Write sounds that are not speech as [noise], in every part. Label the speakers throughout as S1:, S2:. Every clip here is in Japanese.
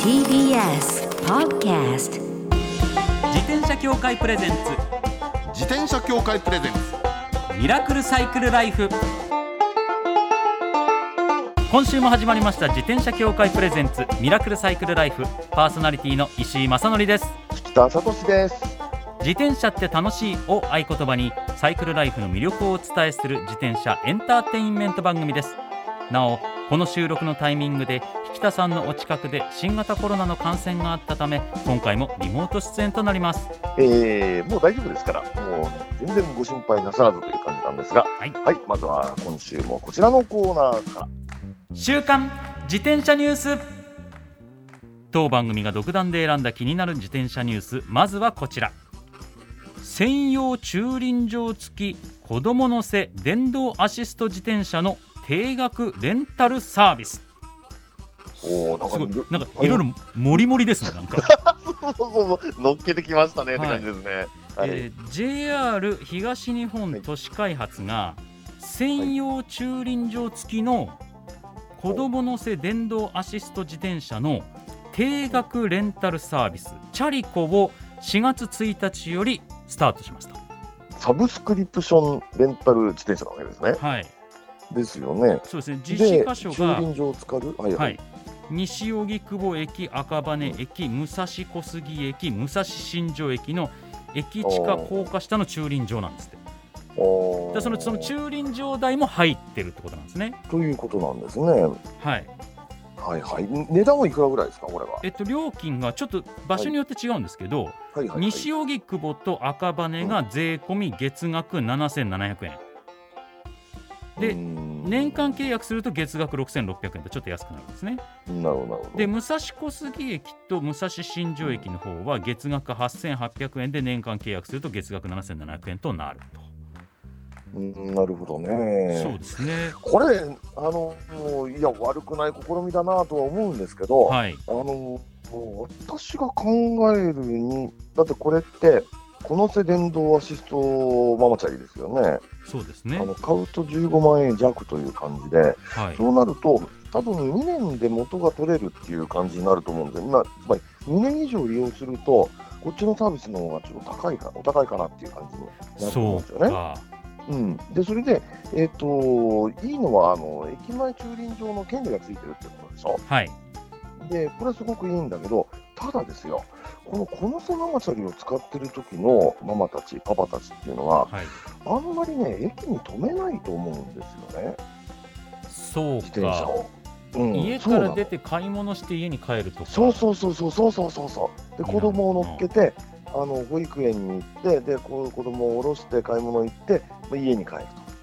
S1: TBS Podcast
S2: 自転車協会プレゼンツ
S3: 自転車協会プレゼンツ
S2: ミラクルサイクルライフ今週も始まりました自転車協会プレゼンツミラクルサイクルライフパーソナリティの石井正則です
S4: 北里志です
S2: 自転車って楽しいを合言葉にサイクルライフの魅力をお伝えする自転車エンターテインメント番組ですなおこの収録のタイミングで引田さんのお近くで新型コロナの感染があったため今回もリモート出演となります
S4: えー、もう大丈夫ですからもう全然ご心配なさらずという感じなんですが
S2: はい
S4: まずは今週もこちらのコーナーから
S2: 週刊自転車ニュース当番組が独断で選んだ気になる自転車ニュースまずはこちら専用駐輪場付き子供乗せ電動アシスト自転車の定額レンタルサービス
S4: おーなんか
S2: すごいなんかいろいろもりもりですねなんか、
S4: [laughs] そうそうそう乗っけてきましたね、
S2: はい
S4: って感じですねはい、
S2: えー JR 東日本都市開発が専用駐輪場付きの子供乗せ電動アシスト自転車の定額レンタルサービスチャリコを4月1日よりスタートしました。
S4: サブスクリプションレンタル自転車なわけですね
S2: はい、
S4: ですよね
S2: そうですね。実施
S4: で
S2: 箇所
S4: 駐
S2: が
S4: 輪場を使うはいは
S2: はいい、西荻窪駅、赤羽駅、武蔵小杉駅、武蔵新城駅の駅地下高架下の駐輪場なんですって。
S4: おー
S2: でそのその駐輪場代も入ってるってことなんですね。
S4: ということなんですねは
S2: はい。
S4: いはい値段はいくらぐらいですかこれは
S2: えっと料金がちょっと場所によって違うんですけど、
S4: はいはい、はい、
S2: 西荻窪と赤羽が税込み月額7700円。で
S4: うーん
S2: 年間契約すると月額6600円とちょっと安くなるんですね。
S4: なるほどなるほど
S2: で、武蔵小杉駅と武蔵新城駅の方は月額8800円で年間契約すると月額7700円となると。
S4: うんなるほどね
S2: そうですね。
S4: これ、あのいや、悪くない試みだなとは思うんですけど、
S2: はい。
S4: あの私が考えるに、だってこれって、この背電動アシストママチャリですよね、
S2: そうです
S4: あ
S2: ね。
S4: の買うと15万円弱という感じで、
S2: はい。
S4: そうなると、多分2年で元が取れるっていう感じになると思うんですよ、今つまり2年以上利用すると、こっちのサービスの方がちょっと高いか、お高いかなっていう感じになると思うん
S2: そ
S4: です
S2: う
S4: よね。
S2: か。
S4: うん、でそれで、えっといいのはあの駅前駐輪場の権利がついてるってことでしょ
S2: はい。
S4: でこれはすごくいいんだけどただですよこのこの背ママチャリを使ってる時のママたちパパたちっていうのは
S2: はい。
S4: あんまりね駅に止めないと思うんですよね
S2: そう
S4: 自転車
S2: か。
S4: を。うん
S2: 家
S4: そう
S2: か
S4: なの
S2: ら出て買い物して家に帰るとか。
S4: そうそうそうそうそうそうそうそうで
S2: いや
S4: 子供を乗っけてあの保育園に行ってでこう子供を降ろして買い物行ってまあ家に帰る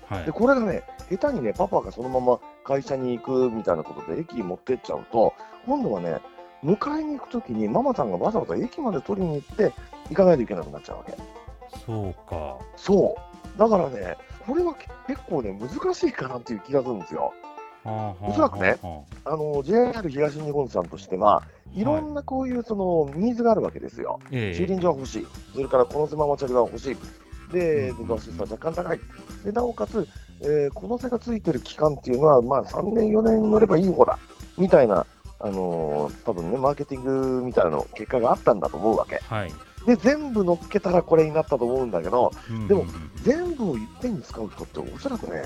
S4: と。
S2: はい
S4: で。これがね、下手にね、パパがそのまま会社に行くみたいなことで駅に持ってっちゃうと、今度はね、迎えに行くときにママさんがわざわざ駅まで取りに行って、行かないといけなくなっちゃうわけ。
S2: そうか。
S4: そう。だからね、これは結構ね、難しいかなっていう気がするんですよ。
S2: はあ
S4: おそらくね。
S2: は
S4: あの、JR 東日本さんとしては、いろんなこういうそのニーズがあるわけですよ。
S2: あええ
S4: 駐輪場は欲しい、それからこの狭ママチャリは欲しい、で、
S2: うん
S4: 電動アシストは若干高い、でなおかつ、えーこの差がついてる期間っていうのは、まあ、3年、4年乗ればいい方だみたいな、あのー多分ね、マーケティングみたいなの結果があったんだと思うわけ。
S2: はい。
S4: で、全部乗っけたらこれになったと思うんだけど、でも
S2: うんうんうん
S4: 全部をいっぺんに使う人って、おそらくね、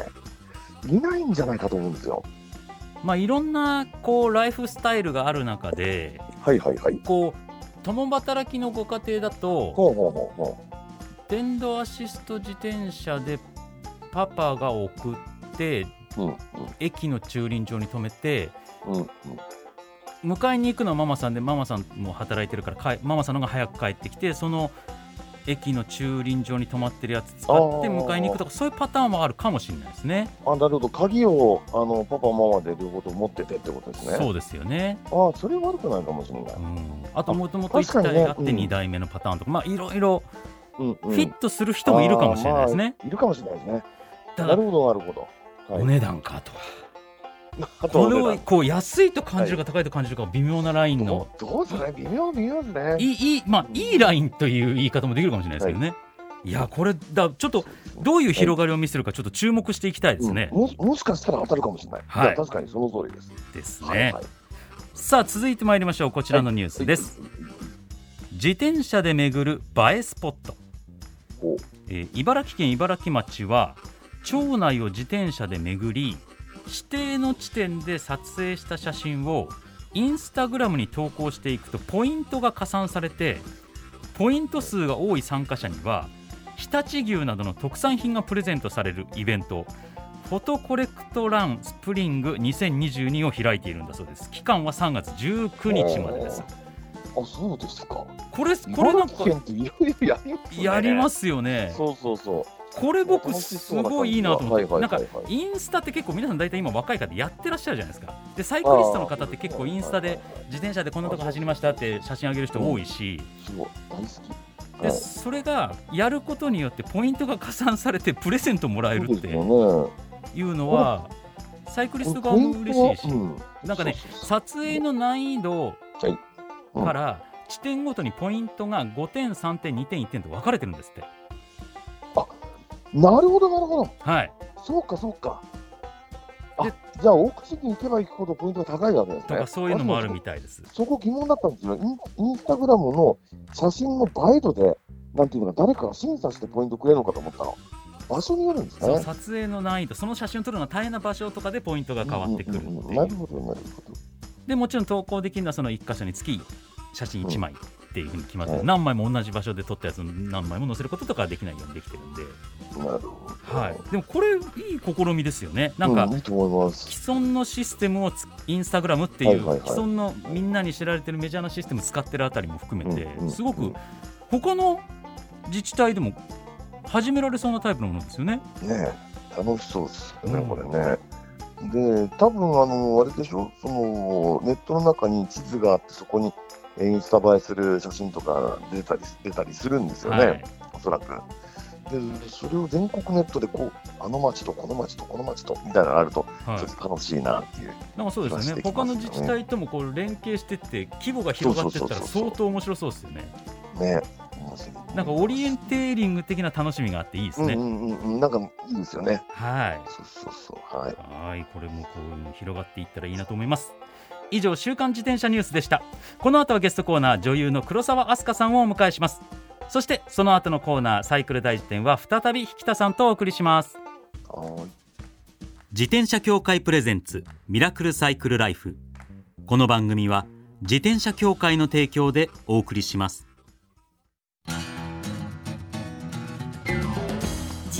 S4: いないんじゃないかと思うんですよ。
S2: まあいろんなこうライフスタイルがある中で、
S4: はいはいはい。
S2: こう共働きのご家庭だと
S4: ほうほうほうほ
S2: 電動アシスト自転車でパパが送って
S4: う。うん
S2: 駅の駐輪場に止めて。
S4: うんうんうん。
S2: 迎えに行くのはママさんでママさんも働いてるからかえママさんの方が早く帰ってきてその駅の駐輪場に止まってるやつ使って
S4: あー
S2: 迎えに行くとかそういうパターンもあるかもしれないですね。
S4: あなるほど、鍵をあのパパ、ママで両方とも持っててってことですね。
S2: そうですよね。
S4: ああ、それ悪くないかもしれない。
S2: うん、あともともと
S4: あ確
S2: 1
S4: かに
S2: 台
S4: ね
S2: あって
S4: うん
S2: 2台目のパターンとか、まあいろいろ
S4: うんうん
S2: フィットする人もいるかもしれないですね。
S4: あーまあいるかもしれないですね。
S2: た
S4: な
S2: だ
S4: るほど、なるほど。
S2: お値段かと
S4: あと
S2: こ
S4: は
S2: れ
S4: ね
S2: をこう安いと感じるか高いと感じるか微妙なラインの
S4: どうどうですかね、微妙、微妙ですね。
S2: いいいいまあいいラインという言い方もできるかもしれないですけどね。いやこれだちょっとどういう広がりを見せるかちょっと注目していきたいですね
S4: うん。ももしかしたら当たるかもしれない。
S2: はい
S4: いや確かにその通りです。
S2: です
S4: はい
S2: ね
S4: はい。
S2: さあ続いてまいりましょうこちらのニュースです、自転車で巡る映えスポット、
S4: こ
S2: えー茨城県茨城町は町内を自転車で巡り指定の地点で撮影した写真をインスタグラムに投稿していくとポイントが加算されてポイント数が多い参加者には常陸牛などの特産品がプレゼントされるイベントフォトコレクトランスプリング2022を開いているんだそうです期間は3月19日までです
S4: うあそうですか
S2: これこれなんか
S4: 茨城県っていろいろやりますね
S2: やりますすよね
S4: そうそうそう
S2: これ僕すごいいいなと思って、
S4: はいはい
S2: なん
S4: はいは
S2: か
S4: い
S2: インスタって結構皆さん大体今若い方やってらっしゃるじゃないですかでサイクリストの方って結構インスタで自転車でこんなとこ走りましたって写真上げる人多いし
S4: すごい大好き
S2: で
S4: はい
S2: それがやることによってポイントが加算されてプレゼントもらえる
S4: そう
S2: っ
S4: です
S2: て
S4: よね
S2: いうのはサイクリスト側も嬉しいしなんかね撮影の難易度か
S4: から
S2: ら地点ごとにポイントが5点3点2点1点と分かれてるんですって
S4: なるほどなるほど
S2: はい
S4: そうかそうかあ
S2: で
S4: じゃあ奥地に行けば行くほどポイントが高いわけです
S2: と
S4: ね
S2: かそういうのもあるみたいです
S4: そこ疑問だったんですよインインスタグラムの写真の映え度でなんていうのか誰かが審査してポイントくれるのかと思ったの場所によるんです
S2: そう
S4: ね
S2: 撮影の難易度その写真を撮るのが大変な場所とかでポイントが変わってくるっていう
S4: うんうんうんなるほどなるほど
S2: でもちろん投稿できるのはその1箇所につき写真1枚っていうふうに決まってる、
S4: うん
S2: 何枚も同じ場所で撮ったやつを何枚も載せることとかはできないようにできてるんで、
S4: なるほど
S2: はい、でもこれいい試みですよねなんか
S4: ういいと思います
S2: 既存のシステムをつインスタグラムっていう、
S4: はいはいはい
S2: 既存のみんなに知られてるメジャーなシステム使ってるあたりも含めて、
S4: うんうんうん
S2: すごく他の自治体でも始められそうなタイプのものですよね。
S4: ねえ楽しそうですよね、
S2: うん
S4: これね。で、多分あの、あれでしょ、そのネットの中に地図があって、そこにえーインスタ映えする写真とか出たり出たりするんですよね、
S2: はい
S4: おそらく。で、それを全国ネットでこう、あの町とこの町とこの町とみたいなのがあると、
S2: はい
S4: ちょっと楽しいなっていう。
S2: なんかそうですよね
S4: 出してき
S2: 他
S4: ます
S2: の
S4: よね
S2: 自治体ともこう連携してって規模が広がってったら
S4: そうそうそうそう
S2: 相当面白そうですよね
S4: ね面白い
S2: なんかオリエンテーリング的な楽しみがあっていいです
S4: うん
S2: ね、
S4: うんうんうん、なんかいいですよね。
S2: はい
S4: そうそうそう、はい。
S2: はいこれもこういうの広がっていったらいいなと思います以上週刊自転車ニュースでしたこの後はゲストコーナー女優の黒澤飛鳥さんをお迎えしますそしてその後のコーナーサイクル大辞典は再び引田さんとお送りします
S4: はい
S2: 自転車協会プレゼンツミラクルサイクルライフこの番組は自転車協会の提供でお送りします
S1: 自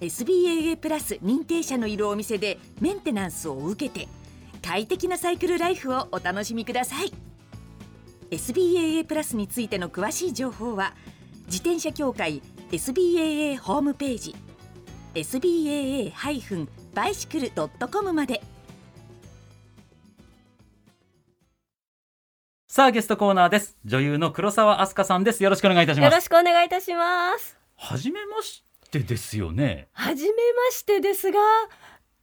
S1: SBAA プラス認定者のいるお店でメンテナンスを受けて快適なサイクルライフをお楽しみください SBAA プラスについての詳しい情報は自転車協会 SBAA ホームページ SBAA-bicycle.com まで
S2: さあゲストコーナーです女優の黒澤飛鳥さんですよろしくお願いいたし
S5: よ
S2: ま
S5: ろ
S2: す
S5: しくお願いいたします。
S2: はじめましてですよね
S5: はじめましてですが、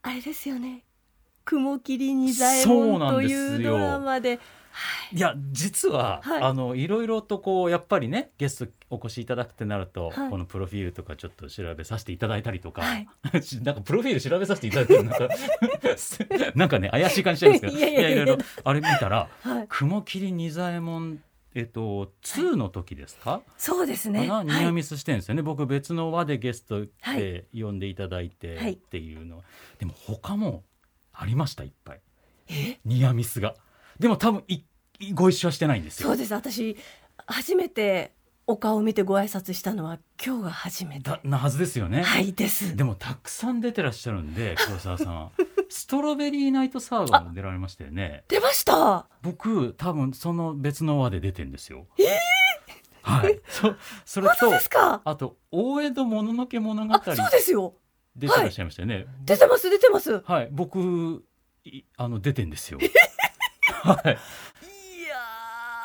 S5: あれですよね。雲霧仁左衛門というドラマで、
S2: いや実は、
S5: はい
S2: あのいろいろとこうやっぱりねゲストお越しいただくってなると、
S5: はい
S2: このプロフィールとかちょっと調べさせていただいたりとか、
S5: はい
S2: [laughs] なんかプロフィール調べさせていただいてるなんか [laughs] なんかね怪しい感じなんですけど
S5: いやいやいやいや
S2: ろろあれ見たら
S5: はい、
S2: 雲霧仁左衛門えっと2の時ですか、
S5: そうです
S2: か
S5: ね。
S2: な
S5: は
S2: ニア
S5: い、
S2: ミスしてるんですよね、僕別の輪でゲスト
S5: は
S2: で呼んでいただいて
S5: はい
S2: っていうのは、でも他もありましたいっぱいニアミスがでも多分いご一緒はしてないんです
S5: そ
S2: よ
S5: うです。私初めてお顔を見てご挨拶したのは今日が初めて
S2: だなはずですよね、
S5: はいです
S2: でもたくさん出てらっしゃるん
S5: [laughs]
S2: で黒沢さんストロベリーナイトサーガーも出られましたよね
S5: 出ました
S2: 僕多分その別の輪で出てんですよえはいそそれと
S5: ですか
S2: あと大江戸もののけ物語
S5: あそうですよ
S2: 出てらっしゃいましたよね
S5: 出てます出てますいや
S2: はい、僕いあの出てんですよはい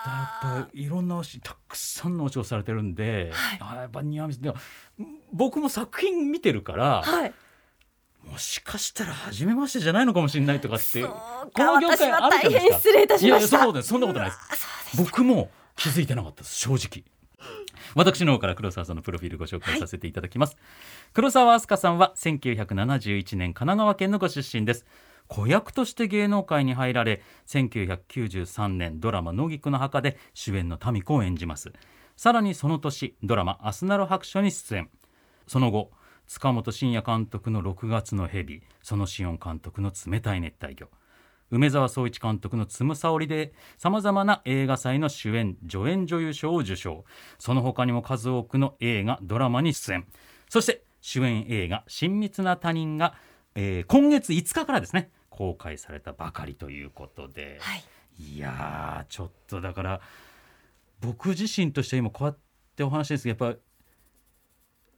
S2: だやっぱいろんなおししたくさんのお仕事されてるんで、あやっぱ庭見でも僕も作品見てるから、
S5: ーはい
S2: もしかしたら初めましてじゃないのかもしれないとかって
S5: そう
S2: こ
S5: か
S2: の業界
S5: 私は
S2: あるじゃ
S5: 大
S2: ないです
S5: 変
S2: か
S5: 失礼いたしました
S2: いやいやそうですそんなことないです
S5: うわそうです
S2: 僕も気づいてなかったです正直私の方から黒沢さんのプロフィールご紹介させていただきます、黒沢飛鳥さんは1971年神奈川県のご出身です子役として芸能界に入られ1993年ドラマ「野菊の墓」で主演の民子を演じますさらにその年ドラマ「アスナル白書」に出演その後塚本慎也監督の「6月の蛇」そのシオン監督の「冷たい熱帯魚」梅沢総一監督の「つむさおり」でさまざまな映画祭の主演助演女優賞を受賞その他にも数多くの映画ドラマに出演そして主演映画「親密な他人が」えー今月5日からですね公開されたばかりということで、
S5: はい
S2: いやーちょっとだから僕自身として今こうやってお話しですけどやっぱ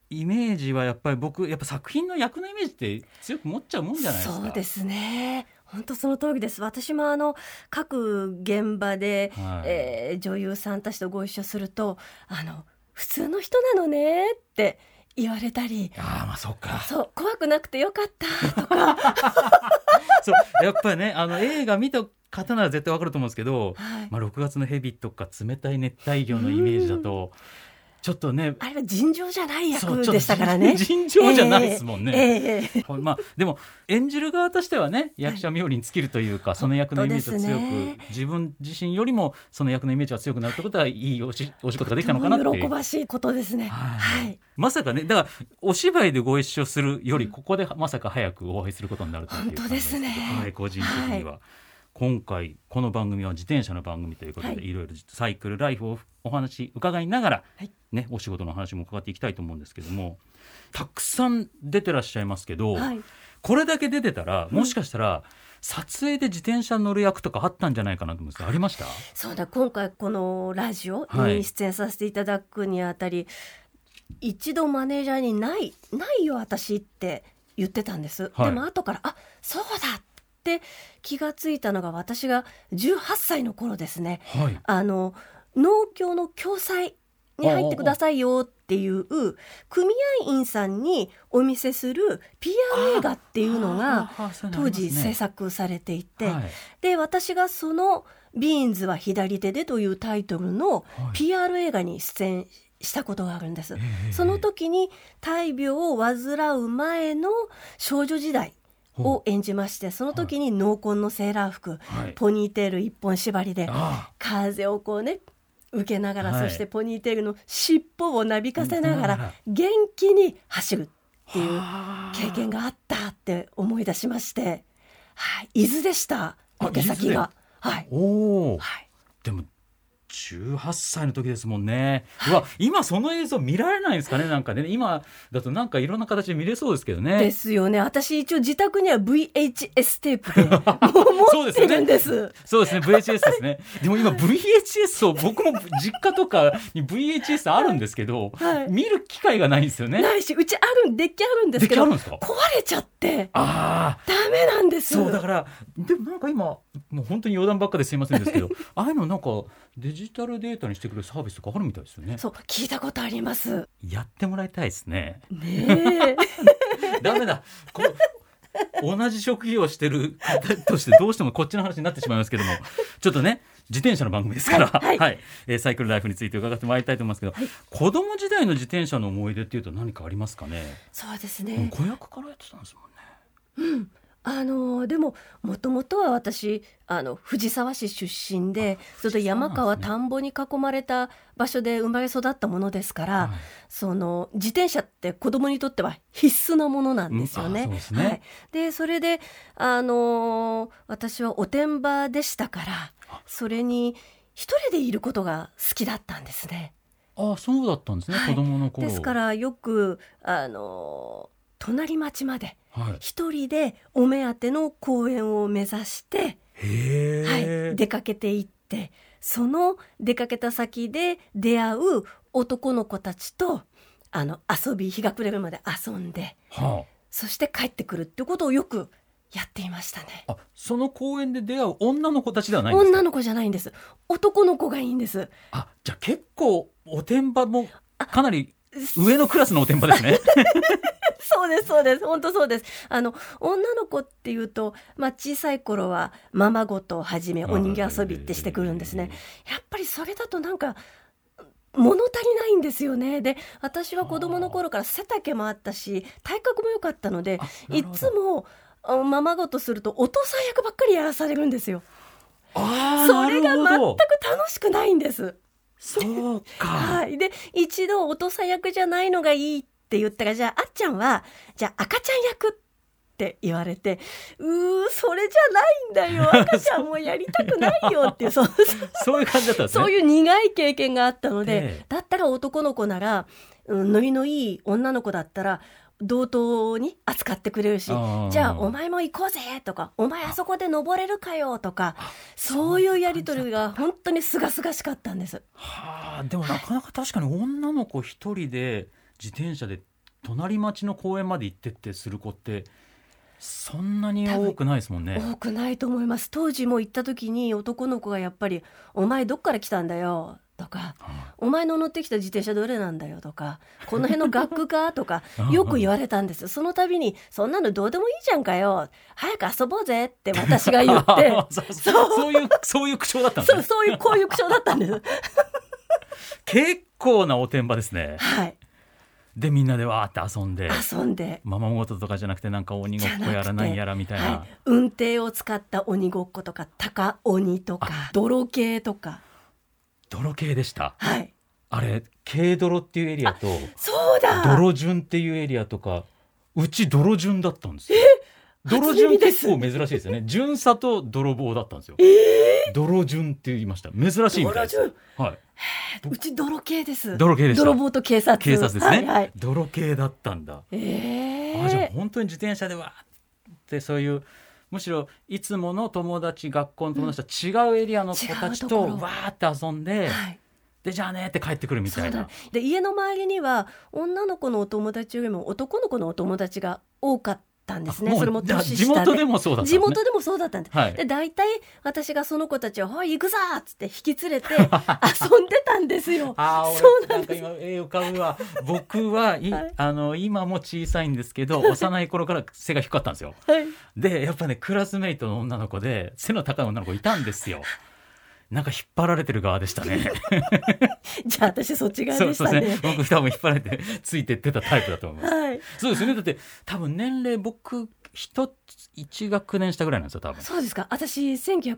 S2: イメージはやっぱり僕やっぱ作品の役のイメージって強く持っちゃうもんじゃないですか。
S5: そうですね本当その通りです私もあの各現場で、
S2: はい
S5: えー女優さんたちとご一緒するとあの普通の人なのねって言われたり
S2: ああまあそっか
S5: そう怖くなくてよかっ
S2: [laughs]
S5: たとか
S2: そうやっぱりね [laughs] あの映画見た方なら絶対わかると思うんですけど、
S5: はい
S2: まあ、6月の蛇とか冷たい熱帯魚のイメージだとちょっとね
S5: あれは尋常じゃない
S2: そうちょ
S5: 役
S2: っと
S5: でしたからね
S2: 尋常じゃないですもんね。
S5: ええええ
S2: [laughs]
S5: ええ
S2: まあ、でも演じる側としてはね役者冥利に尽きるというかその役のイメージが強く、
S5: 本当ですね
S2: 自分自身よりもその役のイメージが強くなるってことはいいおしお仕事ができたのかなって
S5: と
S2: い
S5: ても喜
S2: う。
S5: ばしいことですね
S2: は
S5: はいい、
S2: まさかねだからお芝居でご一緒するよりここでまさか早くお会いすることになるという
S5: 本当ですね
S2: はい、個人的には、今回この番組は自転車の番組ということで、、
S5: はい
S2: ろいろサイクルライフをお話伺いながら、
S5: はい
S2: ねお仕事の話も伺っていきたいと思うんですけどもたくさん出てらっしゃいますけど、
S5: はい
S2: これだけ出てたらもしかしたら、撮影で自転車に乗る役とかあったんじゃないかなと思うんですけどありました
S5: そうだ今回このラジオ
S2: はい
S5: に出演させていただくにあたり、一度マネージャーにない「ないよ私」って言ってたんです、
S2: はい
S5: でも後から「あそうだ!」って気がついたのが私が18歳の頃ですね。
S2: はい
S5: あの農協の共済に入ってくださいよっていう組合員さんにお見せする PR 映画っていうのが
S2: あーそういうのあり
S5: 当
S2: ますね
S5: 時制作されていて、
S2: はい
S5: で私がその「ビーンズは左手で」というタイトル
S2: は
S5: の
S2: い
S5: PR 映画に出演したことがあるんです、
S2: ええ
S5: その時に大病を患う前の少女時代を演じましてその時に濃紺のセーラー服、
S2: はい
S5: ポニーテール一本縛りで
S2: あ
S5: 風をこうね受けながら、
S2: はい
S5: そしてポニーテールの尻尾をなびかせなが
S2: うん
S5: ら元気に走るっていう
S2: あ
S5: 経験があったって思い出しまして、はい、伊豆でしたロケ先が。はい、
S2: おお
S5: はい、
S2: でも18歳の時ですもんね。うわ、今その映像見られないんですかね、なんかね、今だとなんかいろんな形で見れそうですけどね。
S5: ですよね私一応自宅には VHS テ
S2: [laughs]
S5: ープでもう
S2: そうで
S5: 持っ
S2: すよ
S5: て
S2: ね
S5: るんです
S2: そうですね、VHS ですね。でも今 VHS を僕も実家とかに VHS あるんですけど、
S5: はい
S2: 見る機会がないんですよね。
S5: ないしうちあるんデッキあるんですけど
S2: デッキあるんですか
S5: 壊れちゃって
S2: ああ、
S5: ダメなんです
S2: そうだから、でもなんか今もう本当に余談ばっかですいませんですけど、 [laughs] ああいうのなんかデジタルデータにしてくれるサービスとかあるみたいですよね。
S5: そう聞いたことあります
S2: やってもらいたいですね。 [laughs]
S5: ねえ
S2: ダメだ。こう同じ職業をしてる方としてどうしてもこっちの話になってしまいますけどもちょっとね自転車の番組ですから、はいえーサイクルライフについて伺ってまいりたいと思いますけど、子供時代の自転車の思い出っていうと何かありますかね、
S5: そうです
S2: もう
S5: ね
S2: 子役からやってたんですもんね
S5: あのーでももともとは私あの藤沢市出身でちょっと
S2: そう
S5: 山
S2: なん
S5: 川
S2: ですね
S5: 田んぼに囲まれた場所で生まれ育ったものですから、
S2: はい
S5: その自転車って子供にとっては必須なものなんですよ
S2: うんあ
S5: ね。
S2: そうですね
S5: はい、でそれで、あのー私はおてんばでしたからそれに一人でいることが好きだったんですね。
S2: ああそうだったんですね、
S5: はい
S2: 子供の頃
S5: ですからよくあの隣町まで
S2: はい、
S5: 一人でお目当ての公園を目指して、
S2: へえ、
S5: はい、出かけていってその出かけた先で出会う男の子たちとあの遊び日が暮れるまで遊んで
S2: は
S5: そして帰ってくるってことをよくやっていましたね。
S2: あ、あその公園で出会う女の子たちではないんですか
S5: 女の子じゃないんです男の子がいいんです
S2: あじゃあ結構おてんばもかなり上のクラスのおてんばです
S5: [laughs]
S2: ね
S5: そうですそうです本当そうですあの女の子っていうと、まあ、小さい頃はままごとをはじめお人形遊びってしてくるんですねやっぱりそれだとなんか物足りないんですよねで私は子供の頃から背丈もあったし体格も良かったので
S2: あないるほど
S5: つもあままごとするとお父さん役ばっかりやらされるんですよ
S2: あー
S5: それ
S2: な
S5: が
S2: る
S5: 全く
S2: ほど
S5: 楽しくないんです
S2: そうか、
S5: はい、で一度お父さん役じゃないのがいいって言ったからじゃああっちゃんはじゃあ赤ちゃん役って言われてうーそれじゃないんだ
S2: [laughs]
S5: よ赤ちゃんもやりたくないよっていうそう
S2: そういう感じだったんですね
S5: そういう苦い経験があったので、
S2: ええ
S5: だったら男の子なら、うん、ノリのいい女の子だったら同等に扱ってくれるし
S2: あー
S5: じゃあお前も行こうぜとかお前あそこで登れるかよとかそういうやり取りが本当にすがすがしかったんです。
S2: はあでもなかなか確かに女の子一人で自転車で隣町の公園まで行ってってする子ってそんなに多くないですもんね
S5: 多くないと思います当時も行った時に男の子がやっぱり「お前どっから来たんだよ」とか「お前の乗ってきた自転車どれなんだよ」とか「この辺の学区か?」とか
S2: うんうん
S5: よく言われたんですその度に「そんなのどうでもいいじゃんかよ早く遊ぼうぜ」って私
S2: [laughs]
S5: が言って
S2: そう
S5: [laughs]
S2: そうそういうそういう口調だったんです
S5: そう
S2: ね
S5: そういうこういう口調だったんです。
S2: 結構なおてんばですね
S5: はい、
S2: でみんなでわーって遊んで
S5: 遊んで
S2: ママごととかじゃなくてなんか鬼ごっこやらなんやらみたいな
S5: はい、運転を使った鬼ごっことか鷹鬼とか泥系とか
S2: 泥系でした
S5: はい
S2: あれ軽泥っていうエリアと
S5: そうだ
S2: 泥順っていうエリアとかうち泥順だったんですよ泥
S5: 初
S2: 順
S5: 耳で
S2: 結
S5: す
S2: 構珍しいですよね巡査と泥棒だったんですよ、泥順って言いました珍しいみたいです
S5: 泥
S2: はいう
S5: ち泥系です。
S2: 泥系でした
S5: 泥棒と警察。
S2: 警察ですね、
S5: はい、はい。
S2: 泥系だったんだ、
S5: え
S2: あじゃあ
S5: え
S2: 本当に自転車でわーってそういうむしろいつもの友達学校の友達とは違うエリアの子たち
S5: 違うと
S2: と
S5: ころ
S2: わーって遊んで、
S5: はい。
S2: でじゃあねーって帰ってくるみ
S5: そ
S2: た
S5: う
S2: い
S5: だ
S2: な。
S5: で家の周りには女の子のお友達よりも男の子のお友達が多かったんですね。
S2: もう
S5: それも
S2: じゃあ
S5: 年
S2: 地
S5: 下
S2: 元
S5: で。
S2: でもそうだったんです
S5: 地
S2: ね
S5: 元でもそうだったんです。
S2: はい
S5: で大体私がその子たちを「はい行くぞ!」っつって引き連れ
S2: [laughs]
S5: て遊んでたんですよ。
S2: あ [laughs] あ、
S5: そう
S2: 俺
S5: な
S2: なんんか
S5: です。
S2: 今絵浮かぶ [laughs] わ。僕はい、
S5: はい
S2: あの今も小さいんですけ [laughs] ど、幼い頃から背が低かったんですよ。
S5: はい
S2: で、やっぱねクラスメイトの女の子で背の高い女の子いたんですよ。なんか引っ張られてる側でしたね。
S5: じゃあ私そっち側
S2: [laughs] そう
S5: でし
S2: そう
S5: た
S2: です
S5: ね。
S2: ね。僕多分引っ張られてついてってたタイプだと思います。
S5: はい。
S2: そうですよね。だって多分年齢僕一つ一学年下ぐらいなんですよ多分。
S5: そうですか。私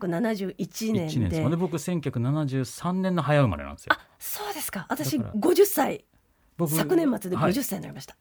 S5: 1971
S2: 一
S5: 年
S2: 年です
S5: で
S2: もんね。僕1973年の早生まれなんですよ。
S5: あそうですか私
S2: だから
S5: 50歳
S2: 僕
S5: 昨年末で
S2: はい
S5: 50歳になりました、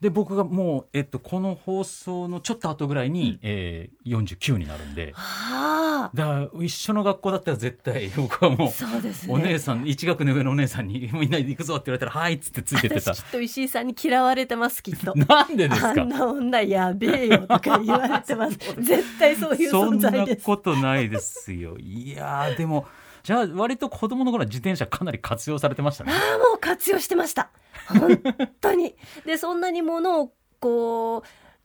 S2: で僕がもう、えっと、この放送のちょっと後ぐらいに、えー、49になるんで
S5: あ
S2: だから一緒の学校だったら絶対 [laughs] 僕は
S5: あ
S2: もう
S5: そうですね
S2: お姉さん一学年上のお姉さんに [laughs] 「みんなで行くぞ」って言われたら「はい」っつってついてってた
S5: 私きっと石井さんに嫌われてますきっ
S2: [laughs]
S5: と
S2: なんでです
S5: あ
S2: か
S5: んな女やべえよとか言われてます
S2: [laughs]
S5: 絶対そういう
S2: そん
S5: 存
S2: な
S5: 在です
S2: ことないですよいやーでもじゃあ割と子供の頃は自転車かなり活用されてました
S5: [laughs]
S2: ね
S5: あ。あもう活用してました本当にでそんなにものをこ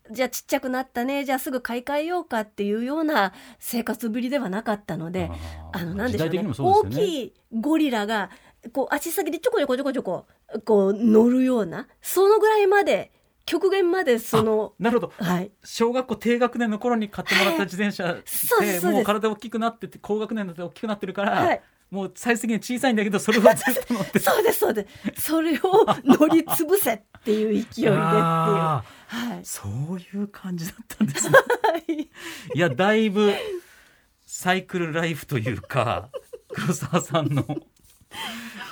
S5: うじゃあちっちゃくなったねじゃあすぐ買い替えようかっていうような生活ぶりではなかったので
S2: ー
S5: あのなんで
S2: 時
S5: し
S2: 代
S5: ょうね
S2: 的にもそう
S5: 大
S2: ですよね。
S5: きいゴリラがこう足先でちょこちょこちょこちょここう乗るようなそのぐらいまで極限までその
S2: なるほど
S5: はい
S2: 小学校低学年の頃に買ってもらった自転車
S5: そう
S2: で
S5: ですそうです
S2: もう体大きくなってて高学年だって大きくなってるから、
S5: はい
S2: もうサイズ的に小さいんだけどそれをずっと乗って
S5: そうですそうですそれを乗りつぶせっていう勢いでっていう
S2: あ
S5: はい
S2: ーそういう感じだったんですね
S5: はい
S2: [laughs] いやだいぶサイクルライフという [laughs] か黒沢さんの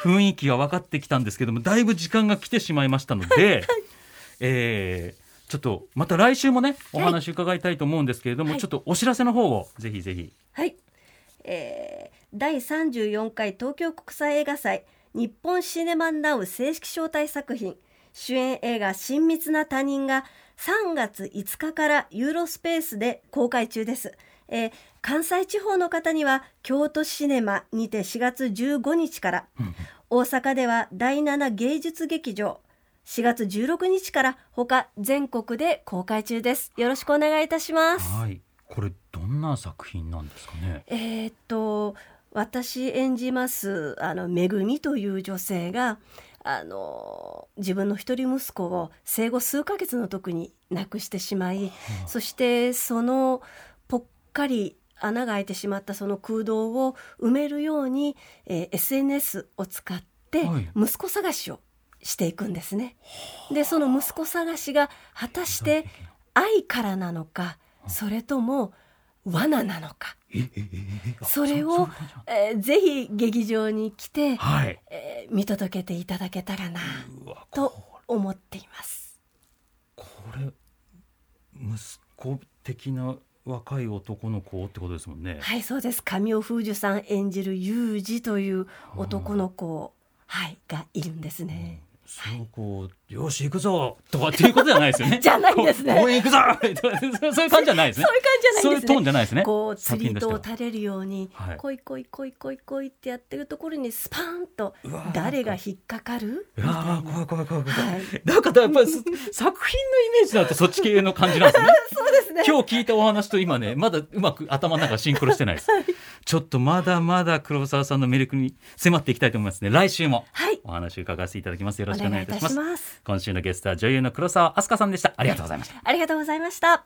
S2: 雰囲気が分かってきたんですけどもだいぶ時間が来てしまいましたので、えーちょっとまた来週もねお話伺いたいと思うんですけれども、
S5: はい
S2: ちょっとお知らせの方をぜひぜひ
S5: はい、えー、第34回東京国際映画祭日本シネマンナウ正式招待作品主演映画「親密な他人」が3月5日からユーロスペースで公開中です、えー関西地方の方には京都シネマにて4月15日から大阪では第7芸術劇場4月16日から他全国で公開中ですよろしくお願いいたします
S2: はい。これどんな作品なんですかね。
S5: えーっと私演じますあのめぐみという女性があの自分の一人息子を生後数ヶ月の時に亡くしてしまいそしてそのぽっかり穴が開いてしまったその空洞を埋めるように、えー SNS を使って
S2: はい
S5: 息子探しをしていくんですね。でその息子探しが果たして愛からなのかそれとも罠なのか。それを、えーぜひ劇場に来て、
S2: はい。
S5: えー見届けていただけたらな
S2: うわ
S5: と思っています。
S2: これ息子的な若い男の子ってことですもんね。
S5: はい、そうです。神尾楓珠さん演じる裕二という男の子を、はい、がいるんですね。
S2: そうこうよし行くぞとかっていうことじゃないですよね。
S5: [laughs] じゃないですね
S2: こ応援行くぞ [laughs] とかそうそういう感じじゃないです
S5: そう
S2: ね。
S5: いう感じじゃ
S2: そう
S5: ないいう
S2: ト
S5: で
S2: ー
S5: す
S2: ン
S5: ね。
S2: じゃないですね。
S5: こう
S2: 作
S5: 釣り
S2: 品と
S5: 糸を
S2: しては
S5: 垂れるように、
S2: はい
S5: こいこいこいこいこいってやってるところにスパーンと
S2: うわー
S5: 誰が引っかかるみ
S2: う
S5: たい
S2: わあ
S5: な
S2: 怖い怖い怖い怖い。
S5: はい
S2: なんかやっぱりす作品のイメージだとそっち系の感じなんですね。
S5: [laughs] そうですね。
S2: 今日聞いたお話と今ねまだうまく頭の中シンクロしてないです。ちょっとまだまだ黒沢さんの魅力に迫っていきたいと思いますね。来週も
S5: [laughs] はい、
S2: お話伺わせていただきます。よろ
S5: お
S2: しくお願
S5: 願
S2: い
S5: い
S2: いた
S5: いた
S2: しま
S5: し
S2: す。
S5: ます。
S2: 今週のゲストは女優の黒沢明日香さんでした。ありがとうございました。
S5: ありがとうございました。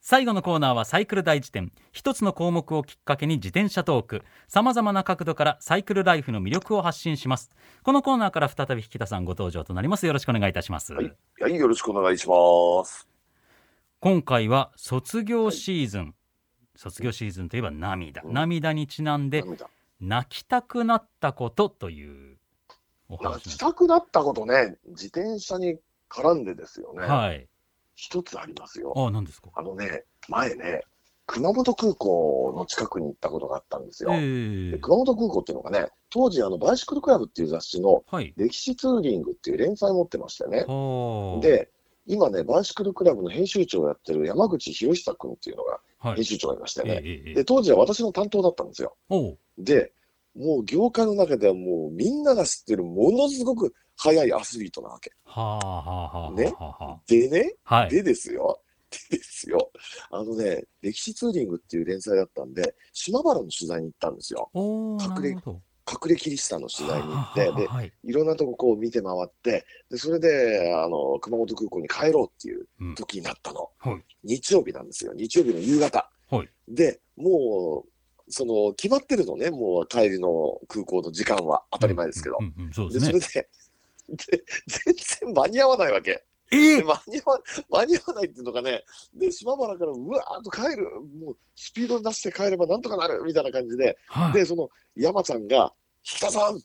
S2: 最後のコーナーはサイクル大辞典一つの項目をきっかけに自転車トークさまざまな角度からサイクルライフの魅力を発信しますこのコーナーから再び引田さんご登場となりますよろしくお願いいたします、
S4: はいはい、よろしくお願いします。
S2: 今回は卒業シーズン、卒業シーズンといえば涙、涙にちなんで
S4: 涙
S2: 泣きたくなったことというお話なん
S4: 泣
S2: で
S4: き
S2: す
S4: たくなったことね、自転車に絡んでですよね、
S2: はい
S4: 一つありますよ。
S2: あ何ですか
S4: あのね、前ね、熊本空港の近くに行ったことがあったんですよ。
S2: え
S4: で
S2: え
S4: 熊本空港っていうのがね、当時、あのバイシクルクラブっていう雑誌の
S2: はい
S4: 歴史ツーリングっていう連載持ってましたよね。
S2: はあ、
S4: で、今ね、バイシクルクラブの編集長をやってる山口博久君っていうのが
S2: はい
S4: 編集長がいました
S2: え
S4: よね。
S2: えええ
S4: で、当時は私の担当だったんですよ。
S2: おう
S4: で、もう業界の中ではもうみんなが知ってるものすごく速いアスリートなわけ。
S2: はあはあはあはあ
S4: ね
S2: は
S4: でね、
S2: あはい
S4: でですよ。でですよ。あのね、歴史ツーリングっていう連載だったんで、島原の取材に行ったんですよ。
S2: おー
S4: 隠
S2: な
S4: れ
S2: るほど
S4: 隠れキリシタンの取材に行って、で、
S2: はい、
S4: いろんなとここう見て回って、で、それで、あの、熊本空港に帰ろうっていう
S2: うん
S4: 時になったの。
S2: はい
S4: 日曜日なんですよ。日曜日の夕方。
S2: はい
S4: で、もう、その、決まってるのね、もう帰りの空港の時間は当たり前ですけど
S2: う。んうんうんそうで
S4: で、
S2: す
S4: そ
S2: ね
S4: れ。で、で、全然間に合わないわけ。
S2: え
S4: で間に合わ間に合わないっていうのがね、で、島原からうわーっと帰る、もうスピード出して帰ればなんとかなるみたいな感じで、
S2: はい、
S4: で、その山ちゃんが、引田さん、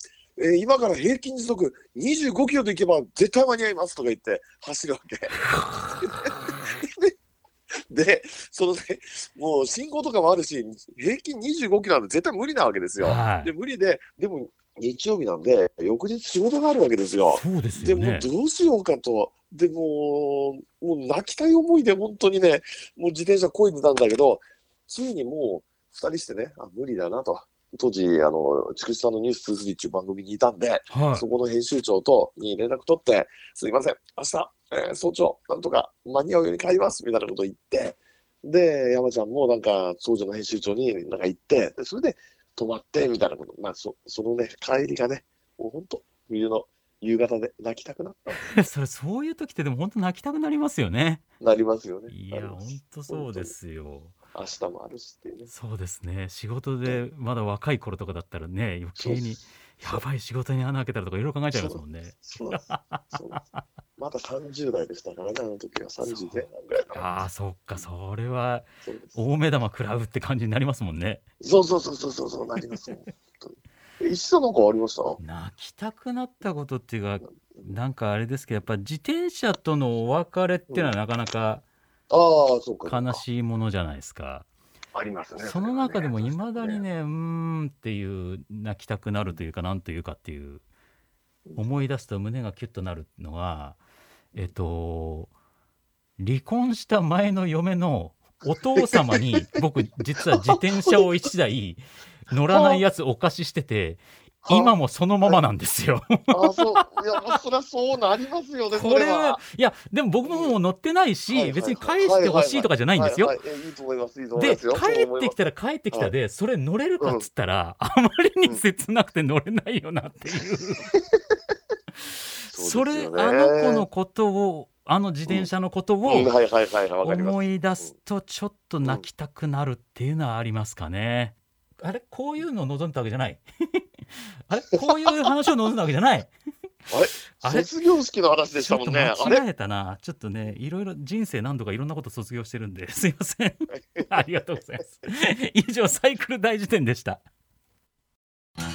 S4: えー今から平均時速25キロで行けば絶対間に合いますとか言って走るわ
S2: [laughs]
S4: け。でで、そのね、もう信号とかもあるし、平均25キロなんて絶対無理なわけですよ。
S2: はい
S4: で、無理で、でも日曜日なんで、翌日仕事があるわけですよ。
S2: そうです
S4: で
S2: よ
S4: もう
S2: ね。
S4: どうしようかと、でもう、もう泣きたい思いで、本当にね、もう自転車こいでたんだけど、ついにもう、二人してね、あ無理だなと、当時、あの筑紫さんの「ニュース2 3っていう番組にいたんで、
S2: は
S4: そこの編集長とに連絡取って、すいません、明日、えー早朝、なんとか間に合うように帰りますみたいなこと言って、で、山ちゃんもなんか、当時の編集長になんか行って、でそれで泊まってみたいなこと、まあそ、そのね、帰りがね、もう本当、冬の夕方で泣きたくなった。
S2: い。それそういう時ってでも本当泣きたくなりますよね。
S4: なりますよね。
S2: い
S4: なり
S2: や
S4: ま
S2: 本
S4: す
S2: 当そうですよ。
S4: 明日もあるしっていうね。
S2: そうですね。仕事でまだ若い頃とかだったらね余計にやばい仕事に穴開けたらとかいろいろ考えちゃいますもんね。
S4: そうなんです。そうなんですまだ30代でしたからね、あの時は30前半ぐらい
S2: [laughs]
S4: だ
S2: ああそっかそれは
S4: そうです
S2: 大目玉食らうって感じになりますもんね。
S4: そうそうそうそうそうそう、なりますよ。本当にえ石田なんかありました
S2: 泣きたくなったことっていうかなんかあれですけどやっぱ自転車とのお別れっていうのはなかなか
S4: ああ、そうか。
S2: 悲しいものじゃないですか。
S4: ありますね。
S2: その中でもい
S4: それは
S2: まだにね、うーんっていう、泣きたくなるというか、なんというかっていう、思い出すと胸がキュッとなるのは、えっと、離婚した前の嫁のお父様 [laughs] に、僕、実は自転車を1台乗らないやつお貸ししてて、
S4: は
S2: 今もそのままなんですよ。
S4: あそう、いや、そりゃそうなりますよ
S2: [laughs]
S4: ね、
S2: こ
S4: そ
S2: れ
S4: れ
S2: は
S4: は。、
S2: いや、でも僕ももう乗ってない
S4: はいはいは
S2: し、
S4: い
S2: 別に返してほしいとかじゃないんですよ
S4: は。いはい、いやいいと思います、いいと思い
S2: で
S4: ます
S2: 帰
S4: よ。
S2: ってきたら帰ってきたでそれ乗れるかっつったら、あまりに切なくて乗れないよなっていう、そ
S4: そうです
S2: れあ
S4: よね
S2: の子のことをあの自転車のこと
S4: うん
S2: を
S4: はいはいはいはい、わかります。
S2: 思い出すとちょっと泣きたくなるっていうのはありますかね。あれこういうのを望んだわけじゃない [laughs] あれこういう話を望んだわけじゃないあれ
S4: 卒業式の話でし
S2: ち
S4: た
S2: ょっ
S4: も
S2: と
S4: んね。
S2: 間
S4: あれ
S2: 違えたなちょっとねいろいろ人生何度かいろんなこと卒業してるんですいませ
S4: [laughs]
S2: んありがとうございます以上サイクル大辞典でした
S1: 自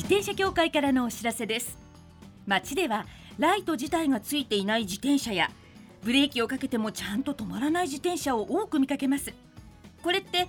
S1: 転車協会からのお知らせです街ではライト自体がついていない自転車やブレーキをかけてもちゃんと止まらない自転車を多く見かけますこれって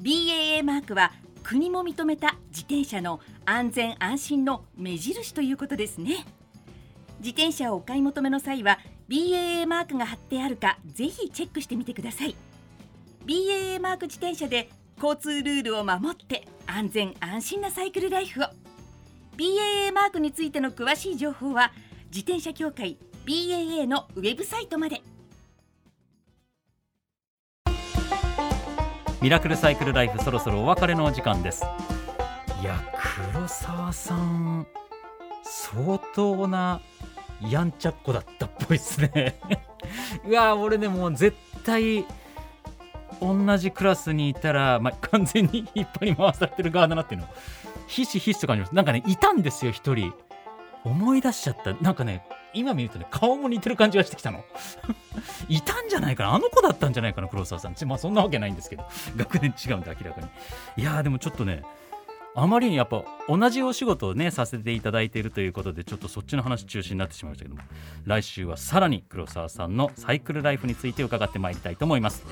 S1: BAA マークは国も認めた自転車の安全安心の目印ということですね自転車をお買い求めの際は BAA マークが貼ってあるかぜひチェックしてみてください BAA マーク自転車で交通ルールを守って安全安心なサイクルライフを BAA マークについての詳しい情報は自転車協会 BAA のウェブサイトまで
S2: ミラクルサイクルライフそろそろお別れのお時間ですいや黒沢さん相当なやんちゃっ子だったっぽいですね [laughs] うわ俺ねもう絶対同じクラスにいたら、まあ、完全に引っ張り回されてる側だなっていうのをひしひしと感じますなんかねいたんですよ一人思い出しちゃったなんかね今見るとね顔も似てる感じがしてきたの [laughs] いたんじゃないかなあの子だったんじゃないかな黒沢さんちまあそんなわけないんですけど [laughs] 学年違うんで明らかにいやーでもちょっとねあまりにやっぱ同じお仕事をねさせていただいているということでちょっとそっちの話中心になってしまいましたけども来週はさらに黒沢さんのサイクルライフについて伺ってまいりたいと思います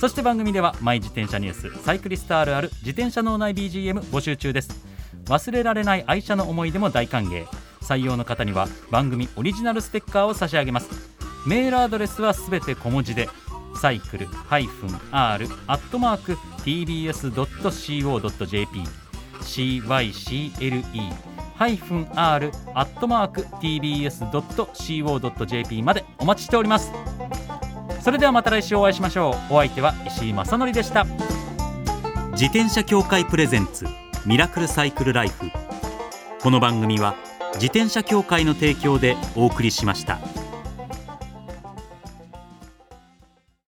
S2: そして番組ではマイ自転車ニュースサイクリストあるある自転車脳内 BGM 募集中です忘れられない愛車の思い出も大歓迎採用の方には番組オリジナルステッカーを差し上げますメールアドレスはすべて小文字でサイクル -r-tbs.co.jp cycle-r-tbs.co.jp までお待ちしておりますそれではまた来週お会いしましょうお相手は石井正則でした自転車協会プレゼンツミラクルサイクルライフこの番組は自転車協会の提供でお送りしました。